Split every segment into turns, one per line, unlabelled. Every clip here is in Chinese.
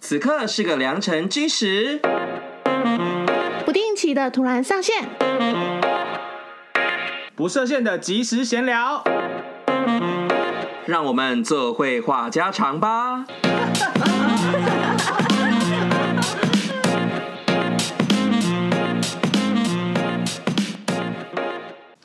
此刻是个良辰基时，
不定期的突然上线，
不设限的即时闲聊。
让我们做绘画家常吧。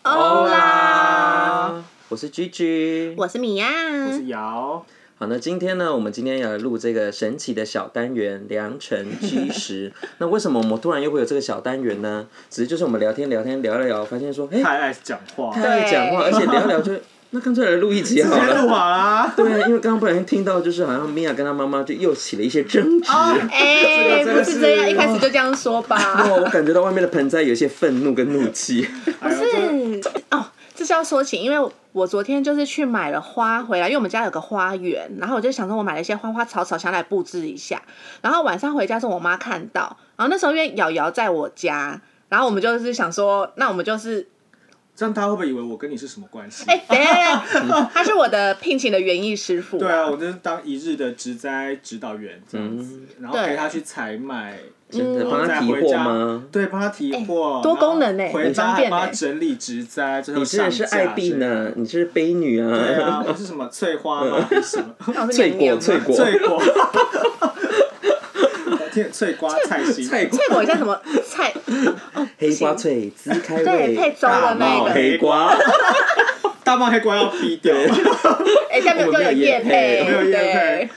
欧啦！
我是 G G，
我是米娅，
我是瑶，
好，那今天呢，我们今天要来录这个神奇的小单元“良辰基石” 。那为什么我们突然又会有这个小单元呢？只是就是我们聊天聊天聊一聊，发现说，哎、
太爱讲话，
嗯
太爱讲话，而且聊一聊就，那干脆来录一集好
录
了。
好啦。
对啊，因为刚刚不小心听到，就是好像米娅跟她妈妈就又起了一些争执。
哎、
这个
不是哦这
真的
样，
是
一开始就这样说吧。
哦，我感觉到外面的盆栽有一些愤怒跟怒气。
不
是哦，这是要说起，因为我昨天就是去买了花回来，因为我们家有个花园，然后我就想说，我买了一些花花草草，想来布置一下。然后晚上回家的时候，我妈看到，然后那时候因为瑶瑶在我家，然后我们就是想说，那我们就是
这样他会不会以为我跟你是什么关系？
哎、 等一下等一下，他是我的聘请的园艺师傅，
对啊，我就是当一日的植栽指导员这样子，然后
对
陪他去采买，
真的
然
帮
后
他
再
提
回
货
家
吗？
对，帮他提货，
多功能欸
然后回家
很方便
还帮
欸
他整理植栽，最后
你真的是
上架
爱婢
之类的。
呢，你这是悲女
对
啊，
啊，我是什么翠花吗？还是什么
那我是
翠
娘娘
啊
果
吗
翠果
翠果？ 天，翠瓜菜心，
菜瓜
翠果像什么菜？
黑瓜脆，枝开胃，
对配粥的
大
那
帽
个
黑瓜。
大棒黑瓜要劈掉。
哎、下面
我
就
们没有
有叶
业配
配，
没有业
对
配，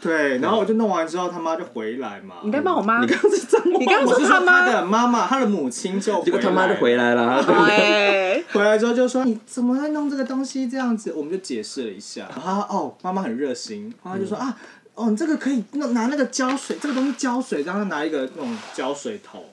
对，然后我就弄完之后，他妈就回来嘛。
你在骂我妈？
你刚刚是脏话，
你刚刚
我是
他
说他
妈？
的妈妈，他的母亲就
结
回
果
来，
他妈就回来了，对不对？
哎，
回来之后就说你怎么会弄这个东西这样子？我们就解释了一下，然后她哦，妈妈很热心，然后就说、啊，哦，你这个可以弄拿那个胶水，这个东西胶水，然后拿一个那种胶水头，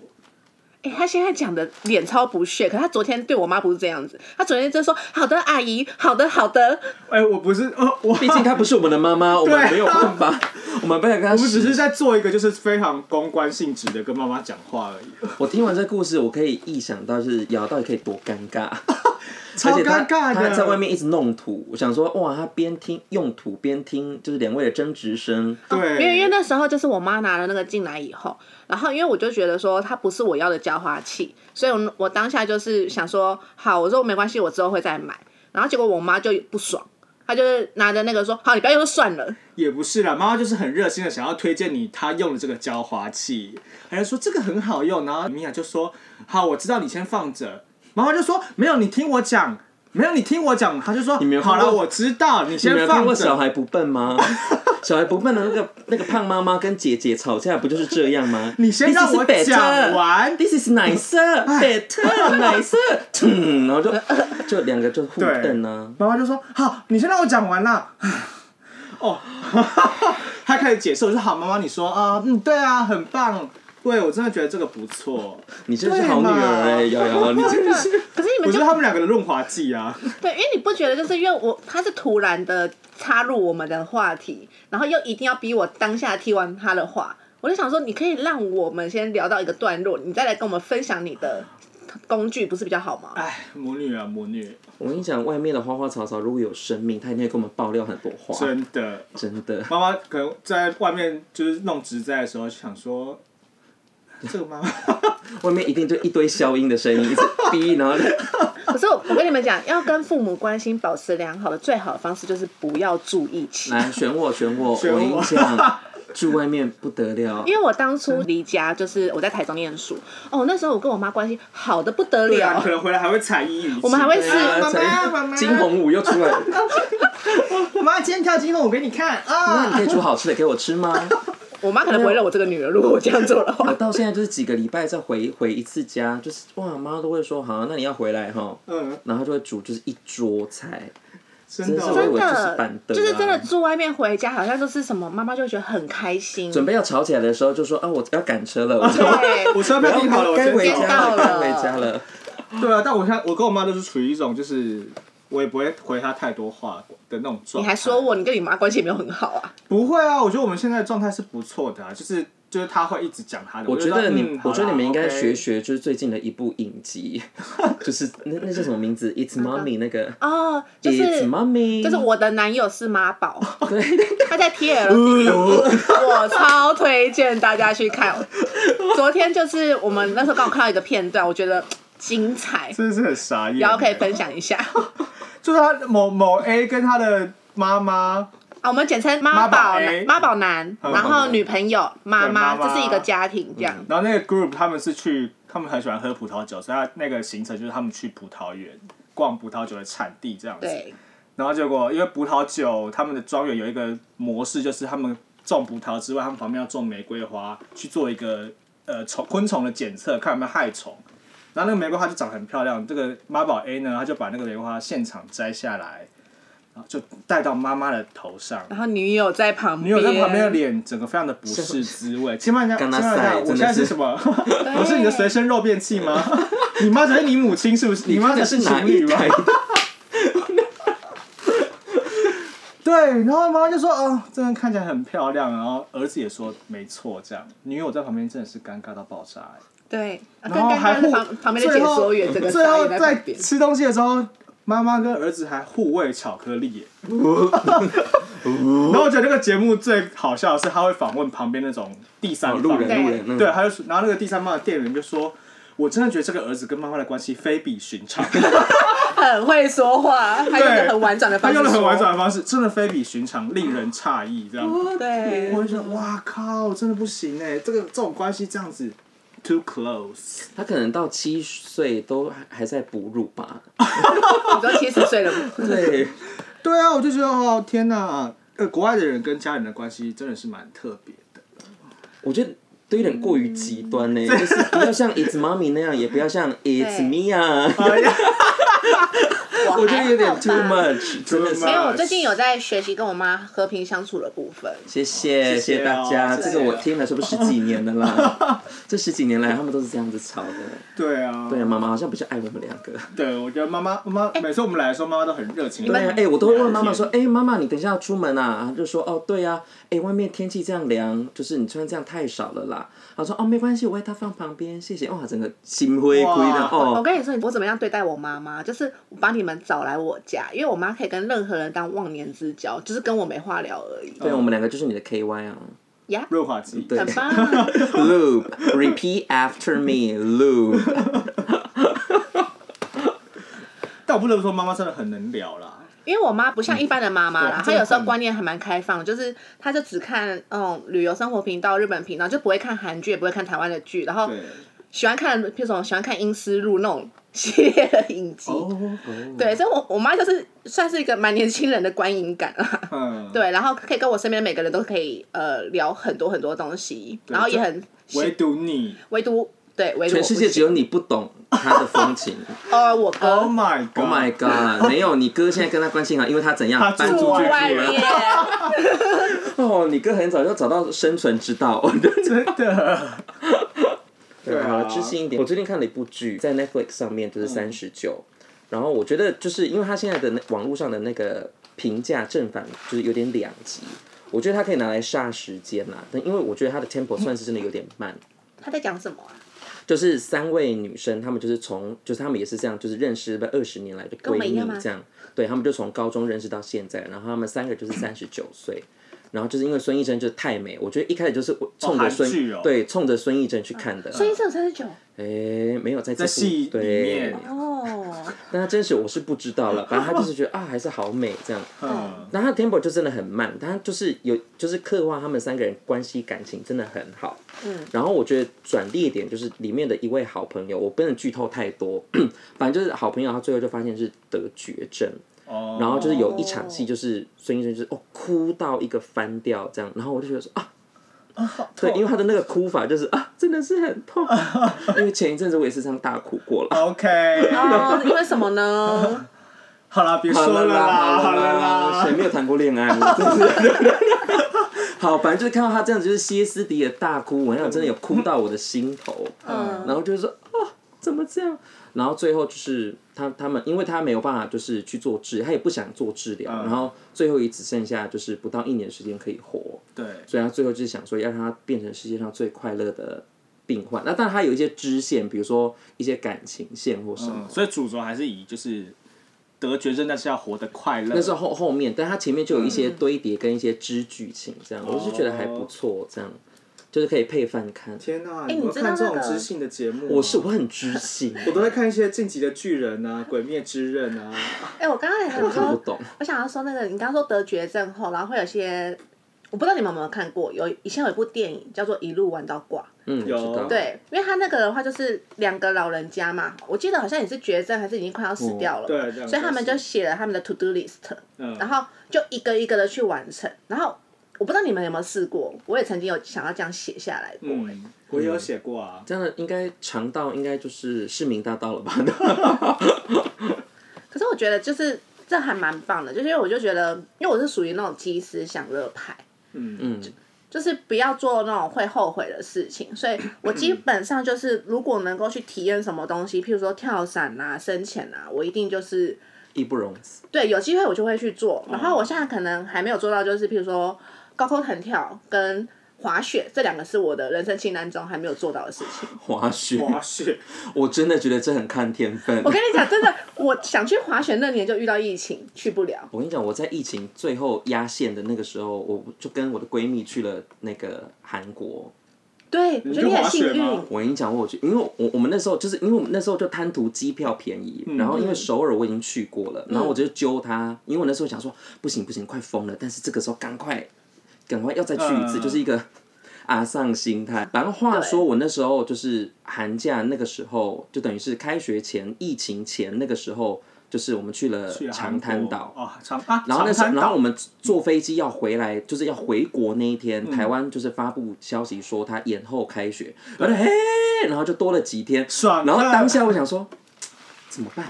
哎、他现在讲的脸超不屑，可他昨天对我妈不是这样子，他昨天就说好的阿姨，好的好的，
哎、我不是，呃，我
毕竟她不是我们的妈妈，我们
对啊
没有办法， 我们不能跟她
我们只是
使。
在做一个就是非常公关性质的跟妈妈讲话而已，
我听完这故事，我可以臆想到是瑶到底可以多尴尬，
超
而且她
尴尬
她
的。
在外面一直弄土，我想说哇，她边听用土边听，就是两位的争执声。
对，
哦因为因为那时候就是我妈拿了那个进来以后，然后因为我就觉得说它不是我要的浇花器，所以我我当下就是想说好，我说没关系，我之后会再买。然后结果我妈就不爽，她就是拿着那个说好，你不要用就算了。
也不是啦，妈妈就是很热心的想要推荐你她用的这个浇花器，还是说这个很好用，然后米娅就说好，我知道你先放着，妈妈就说没有，你听我讲，没有你听我讲，她就说
你没有
好
看过
了，我知道，你
你们
先
有看
放
过小
着。
孩不笨 吗？小孩不笨的那个那个胖妈妈跟姐姐吵架，不就是这样吗？
你先让我
This is better
讲完哎
This is nicer, better, nicer，嗯然后就就两个就互瞪啊。
妈妈就说好，你先让我讲完啦。哦， 她开始解释，我说好，妈妈你说啊，嗯，对啊，很棒，对我真的觉得这个不错，
你真的是好女儿哎、
对
瑶瑶，你真的是。
可是你
我
们
觉
就
得他们两个的润滑剂啊。
对，因为你不觉得就是因为我他是突然的插入我们的话题，然后又一定要逼我当下听完他的话，我就想说，你可以让我们先聊到一个段落，你再来跟我们分享你的工具，不是比较好 吗？
哎，母女啊，母女，
我跟你讲，外面的花花草草如果有生命，它一定会给我们爆料很多话。
真的。
真的，
妈妈可能在外面就是弄植栽的时候，想说这个妈妈
外面一定就一堆消音的声音，一直逼，然后
可是我我跟你们讲，要跟父母关系保持良好的最好的方式就是不要住一起。
来选我选我，
选我
我跟你讲，住外面不得 了。
因为我当初离家就是我在台中念书，哦，那时候我跟我妈关系好的不得
对啊，
了
可，能回来还会踩英语，
我们还会试
啊
妈妈
才
妈妈
惊鸿舞又出来了，
妈今天跳金后我给你看
那你
啊，
可以煮好吃的给我吃吗？啊
我妈可能不会认我这个女儿，如果我这样做的话
我。到现在就是几个礼拜再回回一次家，就是哇，妈都会说好，那你要回来哈，
嗯，
然后就会煮就是一桌菜，
真的
真是
哦，
我
真
就是板
的
凳啊
是真的住外面回家，好像就是什么妈妈就会觉得很开心，
准备要吵起来的时候就说啊，我要赶车了，我 就
对，
我车
我
票订好了，
要
我
该
先
回
走
家
先
了，
到了
该回家了。
对啊，但我现在我跟我妈都是处于一种就是。我也不会回她太多话的那种状态。
你还说我，你跟你妈关系也没有很好啊？
不会啊？我觉得我们现在的状态是不错的啊，就是就是他会一直讲他的。
我
我嗯
觉得你，我觉得你们应该学
学。
学，就是最近的一部影集，就是那那叫什么名字？It's Mommy 那个
哦，就
，It's
是
Mommy，
就是我的男友是妈 宝，
对，
他在 T L，我
呃
超推荐大家去看。昨天就是我们那时候刚好看到一个片段，我觉得精彩，
真的是很傻眼。
然后可以分享一下。
就是他某某 A 跟他的妈妈，
啊，我们简称妈
妈宝
宝
A
男妈宝男，
嗯
然后女朋友妈妈，
对妈妈嗯
这是一个家庭这样。
然后那个 group 他们是去，他们很喜欢喝葡萄酒，所以他那个行程就是他们去葡萄园逛葡萄酒的产地这样子。
对，
然后结果因为葡萄酒，他们的庄园有一个模式，就是他们种葡萄之外，他们旁边要种玫瑰花，去做一个呃虫昆虫的检测，看有没有害虫。然后那个玫瑰花就长得很漂亮，这个妈宝 A 呢，他就把那个玫瑰花现场摘下来，然后就戴到妈妈的头上。
然后女友在旁边，
女友在旁边的脸整个非常的不是滋味，千万不要，
跟
千
她
万不
晒
要！
真的
我现在
是
是什么？我是你的随身肉便器吗？ 你妈才是你母亲是不是？你妈才是
哪
情
一
侣吗
台？
对，然后妈妈就说：“哦，真的看起来很漂亮。”然后儿子也说：“没错，这样。”女友在旁边真的是尴尬到爆炸、欸
对，啊更
然后
尴
还
尬是
互
旁旁边的
最
解
后
说员，这个
最
傻
后
眼在旁
在
边。
吃东西的时候，妈妈跟儿子还互喂巧克力 耶。然后我觉得这个节目最好笑的是，他会访问旁边那种第三
哦
方
路人
对
路人，嗯
对，，还有然后那个第三方的店员就说：“我真的觉得这个儿子跟妈妈的关系非比寻 常。”
很会说话，他用的很婉转的
他
方式，
用了很婉转。的方式，真的非比寻常，令人诧异。这样，
对，
我就觉得哇靠，真的不行哎，这个这种关系这样子，too close。
他可能到七岁都还还在哺乳吧？
你都七十岁了，
对，
对啊，我就觉得哦天哪，呃，国外的人跟家人的关系真的是蛮特别的。
我觉得都有点过于极端呢，
嗯
就是不要像 It's Mommy 那样，也不要像 It's
对
Me 啊，
哎
我觉得有点 too much，真的是
Too
因
much
为我最近有在学习跟我妈和平相处的部分，
谢谢，
谢
谢
谢
谢大家。
哦
这
谢谢
个我听了，是不是十几年的啦？ 这十几年来，他们都是这样子吵的。
对啊，
对，妈妈好像比较爱我们两个。
对，我觉得妈妈妈每次我们来的时候，妈妈都很热情。
对啊，哎，我都会问妈妈说，哎，妈妈，你等一下要出门啊？她就说，哦，对呀，哎，外面天气这样凉，就是你穿这样太少了啦。她说，哦，没关系，我外套放旁边，谢谢。哇，整个心灰灰的
哇
我
哦。
跟你说，我怎么样对待我妈妈，就是我把你们找来我家，因为我妈可以跟任何人当忘年之交，就是跟我没话聊而已。
哦
对，
嗯
我们两个就是你的 K Y 啊。
呀，
润滑剂，
对
很棒。啊
Loop, repeat after me, Loop。
但我不能说妈妈真的很能聊啦。
因为我妈不像一般的妈妈啦，
嗯
她
对
有时候观念还蛮开放的，就是她就只看嗯旅游生活频道、日本频道，就不会看韩剧，也不会看台湾的剧，然后
对，
喜欢看，譬如说喜欢看《阴丝路》那种系列的影集。
哦，
对，所以我我妈就是算是一个蛮年轻人的观影感 啦。
嗯，，
对，然后可以跟我身边每个人都可以呃聊很多很多东西，然后也很
唯独你
唯独对唯独 我
全
不
世界只有你不懂他的风 情。
呃我哥、
，Oh my
Oh my
god，
god！没有，你哥现在跟他关系很好，因为他怎样
他
搬
住
出
住
去
我
住
外
了
面，
哦，你哥很早就找到生存之道，
真的，
对嗯
啊
好了，知性一点。我最近看了一部剧，在 Netflix 上面就是三十九，然后我觉得就是因为他现在的那网络上的那个评价正反就是有点两极，我觉得他可以拿来杀时间啦，但因为我觉得他的 tempo 算是真的有点慢。
他在讲什么啊？
就是三位女生，她们就是从，就是她们也是这样，就是认识了二十年来的
跟
闺
我们一
蜜
样吗
这样，对，她们就从高中认识到现在，然后她们三个就是三十九岁，然后就是因为孙艺珍就是太美，我觉得一开始就是我冲着
韩
孙、
剧哦
对冲着孙艺珍去看的，
孙医生三十九
哎、没有在这
在
部
戏里
对
面，
哦，
但她真实我是不知道了，反正她就是 觉得啊还是好美这样，
嗯，
那他的 tempo 就真的很慢，他就是有就是刻画他们三个人关系感情真的很好。嗯，然后我觉得转捩点就是里面的一位好朋友，我不能剧透太多， 反正就是好朋友他最后就发现是得绝症，
哦，
然后就是有一场戏就是孙医生就是哦哭到一个翻掉这样，然后我就觉得说啊。对，因为他的那个哭法就是啊，真的是很痛。因为前一阵子我也是这样大哭过了。
OK，
哦，因为什么呢？
好啦，别说了啦，好了啦，
谁没有谈过恋爱？我真是 好，反正就是看到他这样子，就是歇斯底里的大哭，我那种真的有哭到我的心头，
嗯
然后就是说啊，怎么这样？然后最后就是他他们，因为他没有办法就是去做治，他也不想做治疗，
嗯
然后最后也只剩下就是不到一年时间可以活，
对，
所以他最后就是想说要让他变成世界上最快乐的病患。那但他有一些支线，比如说一些感情线或什么。
嗯，所以主轴还是以就是得绝症，但是要活得快乐。
那是后后面，但他前面就有一
嗯
些堆叠跟一些支剧情，这样、我是觉得还不错，这样就是可以配饭看。
天啊哪、
哎你
你们
知道
看这种
那个
知性的节目吗？啊
我是我很知性，
我都在看一些《晋级的巨人》啊，《鬼灭之刃》啊，
哎、我刚刚也想
我看不
说，
懂。
我想要说那个，你刚刚说得绝症后，然后会有些，我不知道你们有没有看过，有以前有一部电影叫做《一路玩到挂》，
嗯，我知
有
道。
对，因为他那个的话就是两个老人家嘛，我记得好像也是绝症，还是已经快要死掉了，
对两个
所以他们
都
就是写了他们的 to do list，、
嗯
然后就一个一个的去完成，然后我不知道你们有没有试过，我也曾经有想要这样写下来过、哎
嗯，我也有写过啊。
这样的应该肠道应该就是市民大道了 吧？
可是我觉得就是这还蛮棒的，就是因为我就觉得，因为我是属于那种及时享乐派，
嗯，
就是不要做那种会后悔的事情，所以我
嗯
基本上就是如果能够去体验什么东西，譬如说跳伞啊、深潜啊，我一定就是
义不容辞。
对有机会我就会去做。然
哦
后我现在可能还没有做到，就是譬如说高空弹跳跟滑雪这两个是我的人生清单中还没有做到的事情。
滑雪，
滑雪，
我真的觉得这很看天分
我。跟你讲，真的，我想去滑雪那年就遇到疫情，去不了。
我跟你讲，我在疫情最后压线的那个时候，我就跟我的闺蜜去了那个韩国。
对，我
你
觉得你
就
很
滑
幸
雪吗
运。
我跟你讲，我有去，因为我我们那时候就是因为我们那时候就贪图机票便宜，
嗯
然后因为首尔我已经去过了，然后我就揪她，因为我那时候想说不行不行，快疯了，但是这个时候赶快赶快要再去一次，
嗯
就是一个阿丧心态。然后话说，我那时候就是寒假那个时候，就等于是开学前、疫情前那个时候，就是我们去了
去韩
长
国
滩岛。
哦，长啊，
然后那时候，
长滩岛
然后我们坐飞机要回来，就是要回国那一
嗯
天，台湾就是发布消息说他延后开学，然后就嘿，然后就多了几天，
爽啊
然后
了
当下我想说，怎么办？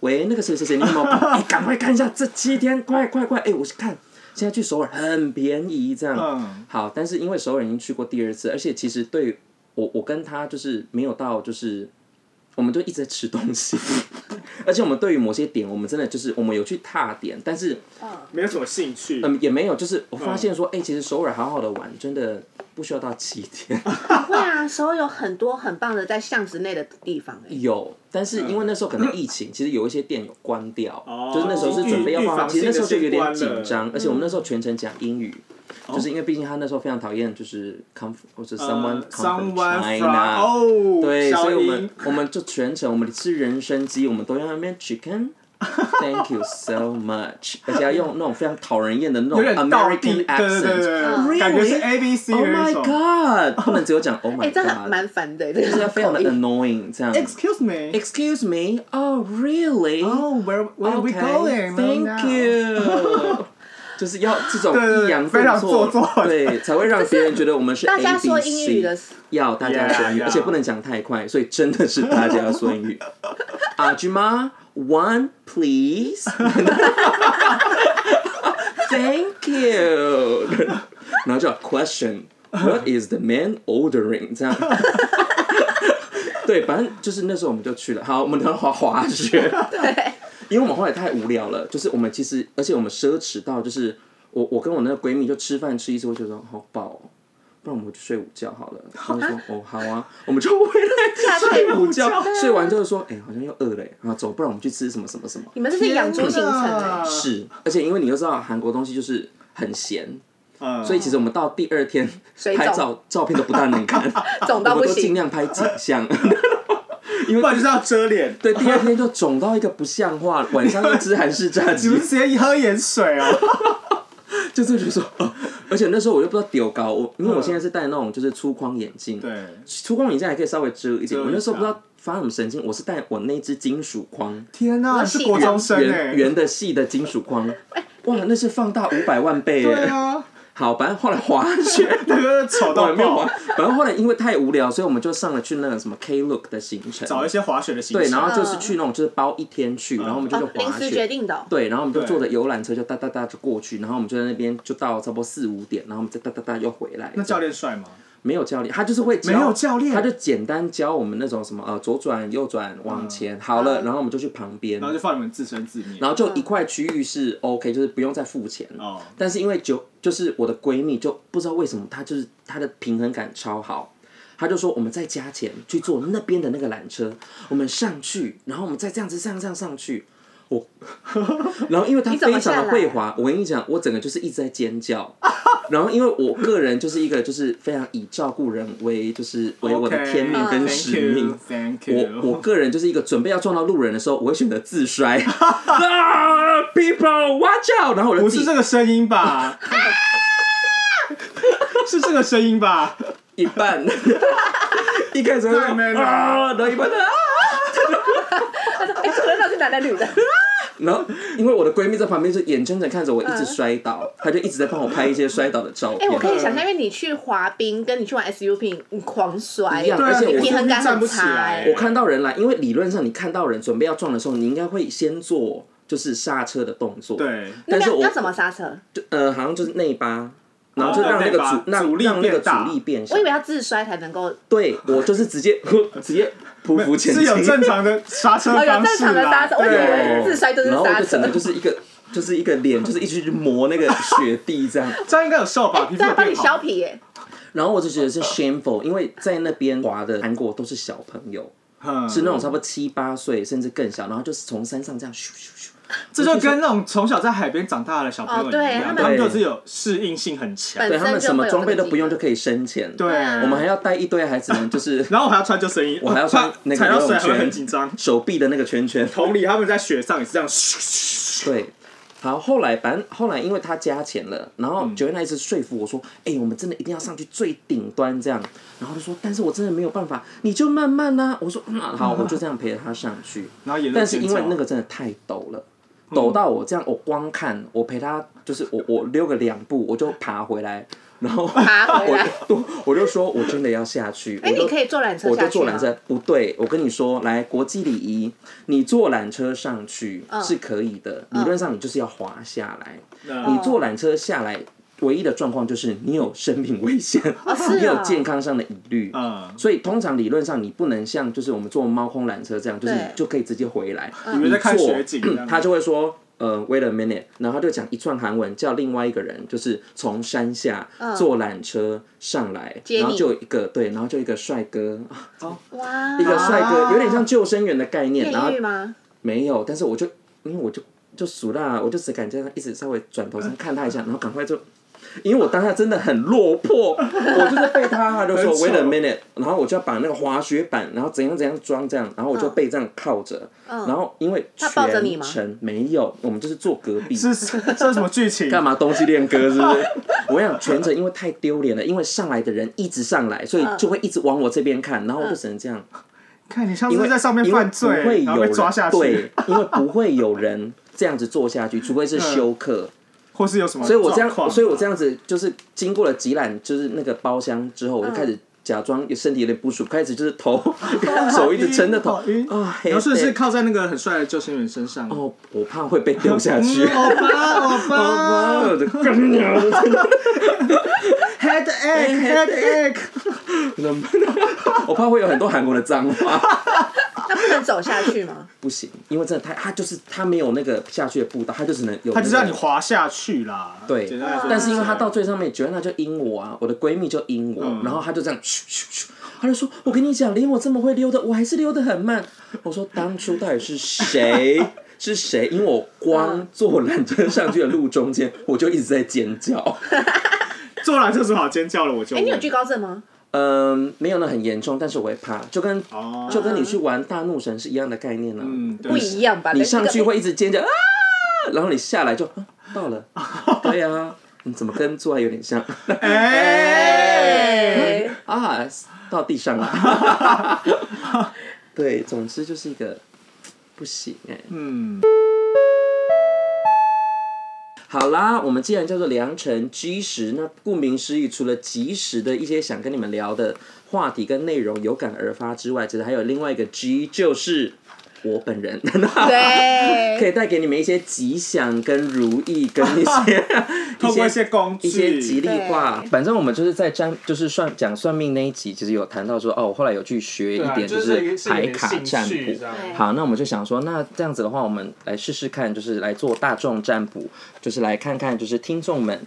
喂，那个谁谁谁，你 有没有空？哎，赶快看一下这七天，快快快！哎，我去看，现在去首尔很便宜，这样。
嗯
好，但是因为首尔已经去过第二次，而且其实对我，我跟他就是没有到就是。我们就一直在吃东西， 而且我们对于某些点，我们真的就是我们有去踏点，但是
没有什么兴趣，
嗯，也没有，就是我发现说，哎、其实首尔好好的玩，真的不需要到七天。
会啊，首尔有很多很棒的在巷子内的地方、欸。
有，但是因为那时候可能疫情，其实有一些店有关掉，
哦
就是那时候是准备要
预
放
预防
其实那时候就有点
性
紧
的先
张
关，
而且我们那时候全程讲英语。就是因为毕竟他那时候非常讨厌，就是 come 或者 someone come from
呃 someone from
China，
哦，
对，
小
所以我
英
们我们就全程我们吃人参鸡，我们都要那边 chicken。Thank you so much，而且要用那种非常讨人厌的那种
有点倒地，
American
对对对
accent。
对，
accent
感觉是
Really？
A B C
Oh
的那
my
种。
god！不能只有讲 Oh
哎、
my
这很
god，
蛮烦的、欸，这
就是
个
要非常的
口音
annoying 这样。
Excuse me.
Excuse me? Oh, really?
Oh, where where are we
Okay,
going?
Thank you. 就是要这种抑扬
对非常
作
做作的
对，才会让别人觉得我们是 A
大
B C。
家说英语的时候
要大家说英语，
Yeah, yeah.
而且不能讲太快，所以真的是大家要说英 语。阿菊妈，one please 。Thank you 。然后就 question what is the man ordering 这样。对，反正就是那时候我们就去了。好，我们聊滑滑雪。
对，
因为我们后来太无聊了，就是我们其实，而且我们奢侈到，就是我我跟我那个闺蜜就吃饭吃一次，我就觉得好饱、哦，不然我们就睡午觉好 了。她就说哦好啊，我们就回来睡午觉，睡完之后说哎、好像又饿了哎，啊走，不然我们去吃什么 什么什么。
你们这是养猪行程哎、欸，
是，而且因为你又知道韩国东西就是很咸，
嗯，
所以其实我们到第二天
水
拍
肿
照照片都不大能看，
肿到
我
不
们都尽
行。
量拍景象。
不然就是要遮脸，
对，第二天就肿到一个不像话，晚上又吃韩式炸
你
鸡
们，直接喝盐水哦。
就是觉得说， 哦而且那时候我又不知道丢高，我因为我现在是戴那种就是粗框眼镜，
对，
粗框眼镜还可以稍微遮一点。
遮一下
我那时候不知道发什么神经，我是戴我那只金属框，
天哪，
我
是
喜
国
欢
中生
圆
哎。
圆的细的金属框，哇，那是放大五百万倍
对
耶！
啊，。
好，反正后来滑雪
那个丑
我
到
也哦没有
爆
滑。，反正后来因为太无聊，所以我们就上了去那个什么 K Look 的行程，
找一嗯些滑雪的行
对，
程，
然后就是去那种就是包一天去，然后我们就去
哦，临
滑
时
雪
决，定的哦、
对，然后我们就
对
坐着游览车就哒哒哒就过去，然后我们就在那边就到差不多四五点，然后我们再哒哒哒又回来。
那教练帅吗？
没有教练，他就是会教
没有教练嗯
他就简单教我们那种什么呃左转右转往前，好了，然后我们就去旁边，
然后就嗯放你们自生自灭。
然后就一块区域是 OK，就是不用再付钱了。
哦，
但是因为就就是我的闺蜜就不知道为什么她就是她的平衡感超好，她就说我们再加钱去坐那边的那个缆车，我们上去，然后我们再这样子上上上去。我， 然后因为她
你怎么
非常
下
的
来啊
会滑，我跟你讲，我整个就是一直在尖叫。然后因为我个人就是一个就是非常以照顾人为就是为我的天命跟使命。
哦 Thank you，, thank
我
you
我个人就是一个准备要撞到路人的时候，我会选择自摔。 啊，people watch out！然后我就
不
自己
是这个声音吧？ 是这个声音吧？
一半， 一开始会
太 man 了
啊，然后一半啊，
哎，这个到底是男的女 的？
然后因为我的闺蜜在旁边就眼睁睁看着我
嗯
一直摔倒，她就一直在帮我拍一些摔倒的照
哎、
片。
我可以想象，因为你去滑冰，跟你去玩 SUP，你狂摔，
一样
对啊
而且
你
我
平衡感
站不
很
起
差、
来
欸
哎
我看到人来，因为理论上你看到人准备要撞的时候，你应该会先做就是刹车的动作。，
对，
那
啊但是
要
我
要怎么刹车？
就呃好像就是内八，然后就
哦
让那个
内八
阻让
阻力
让那个
变大
阻力变小
我以。为要自摔才能够，
对我就是直接 直接匍匐前进，
是有正 常的刹车
哦，有
方
正
式
常的刹
啦
车，。我以为自摔就是
然后我
刹
就整个
车
就。是一个就是一个脸，就是一直去磨那个雪地这样。
这样应该有瘦
哎
吧？皮肤
对啊，
有
帮你
变
削
好。
皮、哎，
然后我就觉得是 shameful，因为在那边滑的韩国都是小朋友，
嗯
是那种差不多七八岁甚至更小，然后就是从山上这样咻咻咻。
这就跟那种从小在海边长大的小朋友
哦
一
对
样，
他们
们就是有适应性很强。
本
对啊他们什么装备都不用就可以深潜，
对，
啊
我们还要带一堆，还只能就是
然后我还要穿救生衣，
我还要穿
怕
那个
踩到水
游泳
还会
圈
很紧张。
手臂的那个圈圈。
同理，他们在雪上也是这样咻咻咻咻，
对，好，后来反正后来因为他加钱了，然
嗯
后 Joanna 一直说服我说，哎、我们真的一定要上去最顶端这样，然后他说，但是我真的没有办法，你就慢慢呐、我说，嗯，好，我就这样陪着他上去。
然后也
但是因
啊
为那个真的太陡了，
嗯
陡到我这样，我光看，我陪他就是我我溜个两步，我就爬回来，然 后
爬回来。
我我就说我真的要下去，
哎、
我就
你可以坐缆车
我
下
就
去
坐
吗
缆？车，不对，我跟你说，来国际礼仪，你坐缆车上去
嗯
是可以的，理论上你就是要滑下来。
那
你坐缆车下来，唯一的状况就是你有生命危险，
是
你有
啊
健康上的疑虑。
嗯，
所以通常理论上你不能像就是我们坐猫空缆车这样，就是你
对嗯
就可以直接回来。
你们在看
坐嗯
雪景这样，
他就会说。呃，wait a minute，然后他就讲一串韩文，叫另外一个人，就是从山下坐缆车上来，
嗯接
然后
你哦
就有一个对，然后就有一个帅哥，
哇，
一个帅哥，
啊
有点像救生员的概念，然后
艳遇吗？
没有，但是我就因为我就就熟啦，我就只敢这样一直稍微转头上看他一下，然后赶快就，因为我当下真的很落魄，我就是被他，他就说
很丑
wait a minute，然后我就要把那个滑雪板，然后怎样怎样装这样，然后我就被这样靠着，
嗯
然后因为
他抱着你
全
吗
程没有，我们就是坐隔壁，
是是这是什么剧情？
干嘛东西练歌是不是？ 我想全程因为太丢脸了，因为上来的人一直上来，所以
嗯
就会一直往我这边看，然后我就只能这样。
看你上
因
次
为
在上面
因为
犯罪
不会，
然
有
后被
人
抓下去
对，，因为不会有人这样子做下去，除非
嗯
是休克。
或是有什么
所以我这样
状，况
所以我这样子就是经过了几览，就是那个包厢之后，我就开始假装身体有点不舒服，开始就是头 手一直撑着头
哦好晕好晕
啊，
然后是不是
嘿
靠在那个很帅的救生员身上？
哦，我怕会被掉下去。
嗯欧巴， 欧巴
我的干娘！
，headache，headache，
我怕会有很多韩国的脏话，
那不能走下 去吗？
不行，因为真的太，他就是他没有那个下去的步道，他就只能有、那
他
个，
就是让你滑下去啦。
对
简单来说
但是因为她到最上面，Joanna 就阴我啊，我的闺蜜就阴我，
嗯
然后她就这样咻咻咻，她就说：“我跟你讲，连我这么会溜的，我还是溜得很慢。” 我说：“当初到底是谁？ 是谁？因为我光坐缆车上去的路中间，我就一直在尖叫。
坐缆车时候好尖叫了，我就
哎、你有
问
惧高症吗？
嗯，没有那很严重，但是我会怕，就跟
哦，
就跟你去玩大怒神是一样的概念啊。
嗯，对
不一样吧？
你
那
上去
个
会一直尖叫啊，然后你下来就、啊、到 了。对啊，你怎么跟做爱有点像？
哎，
哎
啊，到地上了。 对，总之就是一个不行哎、
嗯，
好啦，我们既然叫做良辰吉时，那顾名思义，除了及时的一些想跟你们聊的话题跟内容有感而发之外，其实还有另外一个 G，就是我本人。
对，
可以带给你们一些吉祥、跟如意、跟一些
透过一些工具，
一些吉利话
对。
反正我们就是在占，就是算讲算命那一集，其实有谈到说，哦，我后来有去学一
对啊
点
就是是
牌卡占
是有点兴趣
卜
这。样
对
好，那我们就想说，那这样子的话，我们来试试看，就是来做大众占卜，就是来看看，就是听众们，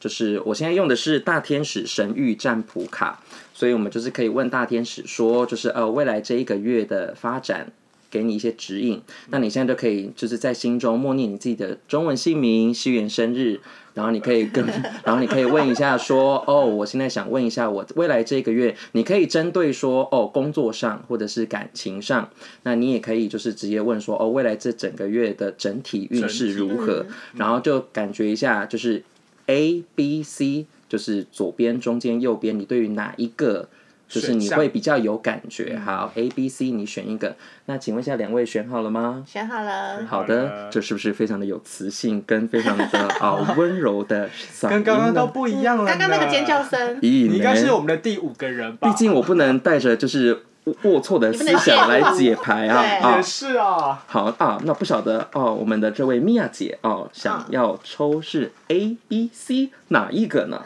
就是我现在用的是大天使神谕占卜卡，所以我们就是可以问大天使说，就是呃，未来这一个月的发展。给你一些指引，那你现在就可以就是在心中默念你自己的中文姓名、西元生日，然后你可以跟， 然后你可以问一下说，哦，我现在想问一下，我未来这个月，你可以针对说，哦，工作上或者是感情上，那你也可以就是直接问说，哦，未来这整个月的整体嗯运势如何，然后就感觉一下，就是 A、B、C，就是左边、中间、右边，你对于哪一个？就是你
选项嗯
会比较有感觉，好，A、B、C，你选一个。那请问一下，两位选好了吗？
选好了，
好
好
的
的，
这是不是非常的有磁性，跟非 常的啊温柔的嗓音呢？
跟刚刚都不一样了呢。
刚刚那个尖 叫声，
咦，
你应该是
呢
我们的第五个人吧？
毕竟我不能带着就是龌龌龊的思想来解牌啊
你不能泄露
啊
也！是啊，
好啊，那不晓得哦，我们的这位米娅姐哦，想要抽是 A、B、C 哪一个呢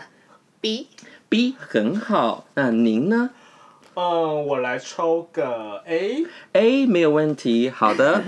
鼻
？B 很好，那您呢
嗯，我来抽个哎 A，
？A 没有问题，好 的。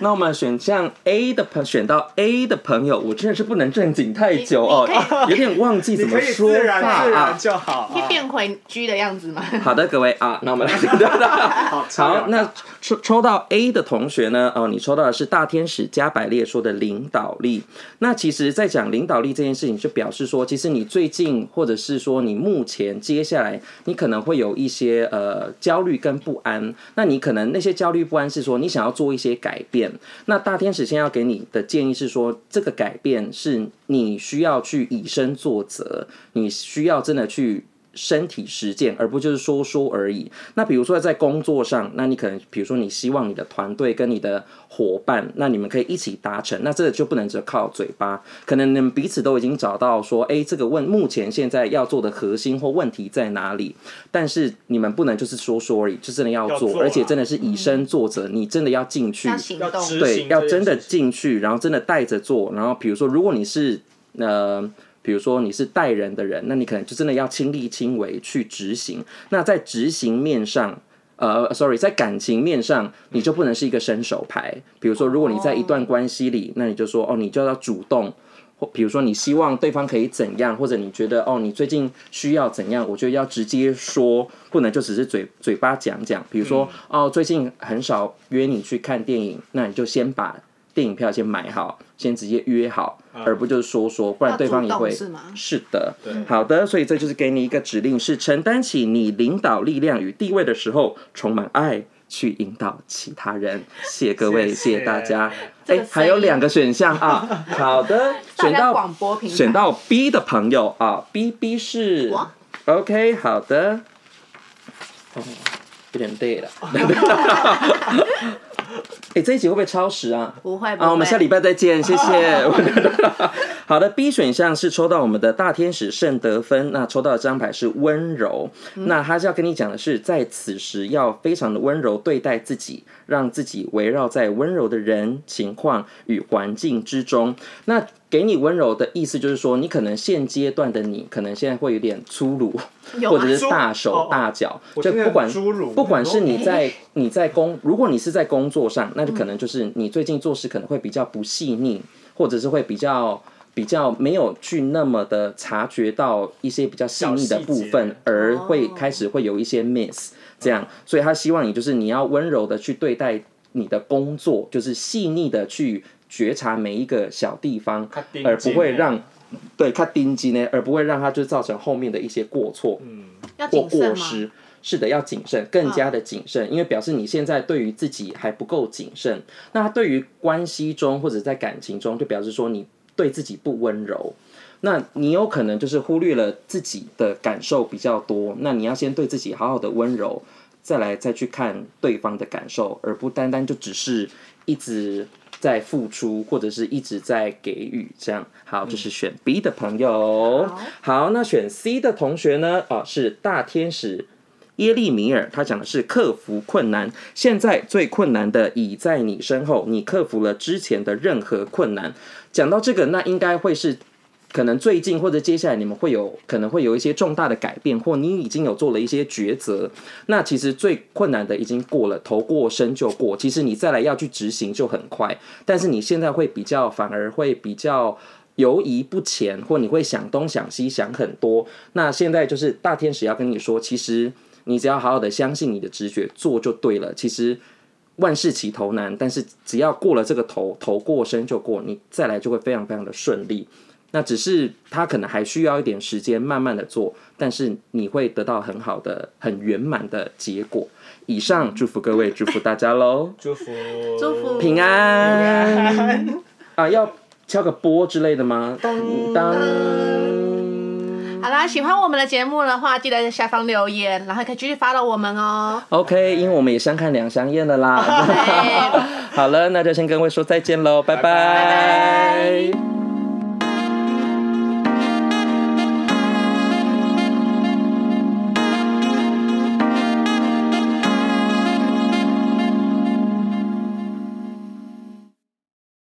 那我们选项 A 的朋选到 A 的朋友，我真的是不能正经太久哦
你你，
有点忘记
你
怎么
可以
说
自然
话
自然
啊。
就好。
可以变回 G 的样子 吗？
好的，各位啊，那我们来好
好
那抽抽到 A 的同学呢？哦，你抽到的是大天使加百列说的领导力。那其实，在讲领导力这件事情，就表示说，其实你最近或者是说你目前接下来，你可能会有一些呃焦虑跟不安。那你可能那些焦虑不安是说你想要做一些改变。那大天使先要给你的建议是说，这个改变是你需要去以身作则，你需要真的去身体实践，而不就是说说而已。那比如说在工作上，那你可能比如说你希望你的团队跟你的伙伴，那你们可以一起达成，那这个就不能只靠嘴巴，可能你们彼此都已经找到说，哎，这个问目前现在要做的核心或问题在哪里，但是你们不能就是说说而已，就真的要
要
做，
做
而且
啦
真的是以身作则，你真的要进去，
要行
要
动，
执
对，
行
要
这件
真的
事情
进去，然后真的带着做。然后比如说，如果你是呃，比如说你是带人的人，那你可能就真的要亲力亲为去执行。那在执行面上。呃，sorry，在感情面上，你就不能是一个伸手牌。比如说，如果你在一段关系里，那你就说哦，你就要主动，或比如说你希望对方可以怎样，或者你觉得哦，你最近需要怎样，我觉得要直接说，不能就只是嘴嘴巴讲讲。比如说、
嗯
哦，最近很少约你去看电影，那你就先把电影票先买好，先直接约好，而不就是说说，不然对方也会
啊要主动是吗
是的，好的，所以这就是给你一个指令，是承担起你领导力量与地位的时候，充满爱。去引导其他人，谢谢各位，
谢谢
谢谢大家。
这
哎、
个
还有两个选项啊，好的，
大
选
家
到
广播平台
选到 B 的朋友啊，B B 是
我
OK，好的，哦，有点累了。 哎、这一集会不会超时啊？
不会不会
啊，我们下礼拜再见，谢谢。好的，B 选项是抽到我们的大天使圣德芬，那抽到的这张牌是温柔。那他是要跟你讲的是，在此时要非常的温柔对待自己，让自己围绕在温柔的人、情况与环境之中。那给你温柔的意思就是说，你可能现阶段的你，可能现在会有点粗鲁，
有
或
吗
者是
粗
大
哦
手
哦
大脚，
我
就
听得
不管
很粗鲁
不管是你在你在工，如果你是在工作上，那就
嗯
可能就是你最近做事可能会比较不细腻，或者是会比较比较没有去那么的察觉到一些比较细腻的部
小细
分
节，
而会开始会有一些 miss 这样，所以他希望你就是你要温柔的去对待你的工作，就是细腻的去觉察每一个小地方
较盯，紧欸
而不会
的
让。对，他盯紧欸呢，而不会让它就造成后面的一些过错。
要
或
谨
过
慎吗？嗯
失。是的，要谨慎，更加的谨慎，因为表示你现在对于自己还不够谨慎。那他对于关系中或者在感情中，就表示说你对自己不温柔。那你有可能就是忽略了自己的感受比较多，那你要先对自己好好的温柔，再来再去看对方的感受，而不单单就只是一直在付出或者是一直在给予这样。好，这是选 B 的朋友。好，那选 C 的同学呢？啊，是大天使。耶利米尔他讲的是克服困难，现在最困难的已在你身后，你克服了之前的任何困难。讲到这个，那应该会是可能最近或者接下来你们会有可能会有一些重大的改变，或你已经有做了一些抉择，那其实最困难的已经过了，头过身就过。其实你再来要去执行就很快，但是你现在会比较反而会比较。犹疑不前，或你会想东想西，想很多。那现在就是大天使要跟你说，其实你只要好好的相信你的直觉，做就对了。其实万事起头难，但是只要过了这个头，头过身就过，你再来就会非常非常的顺利。那只是他可能还需要一点时间，慢慢的做，但是你会得到很好的、很圆满的结果。以上祝福各位，祝福大家喽，
祝福，
祝福
平安啊！要敲个波之类的吗？当当
好啦，喜欢我们的节目的话，记得在下方留言，然后可以继续 follow 我们哦。
，OK，因为我们也相看两相厌了啦。
对
好了，那就先跟各位说再见喽，拜拜。
拜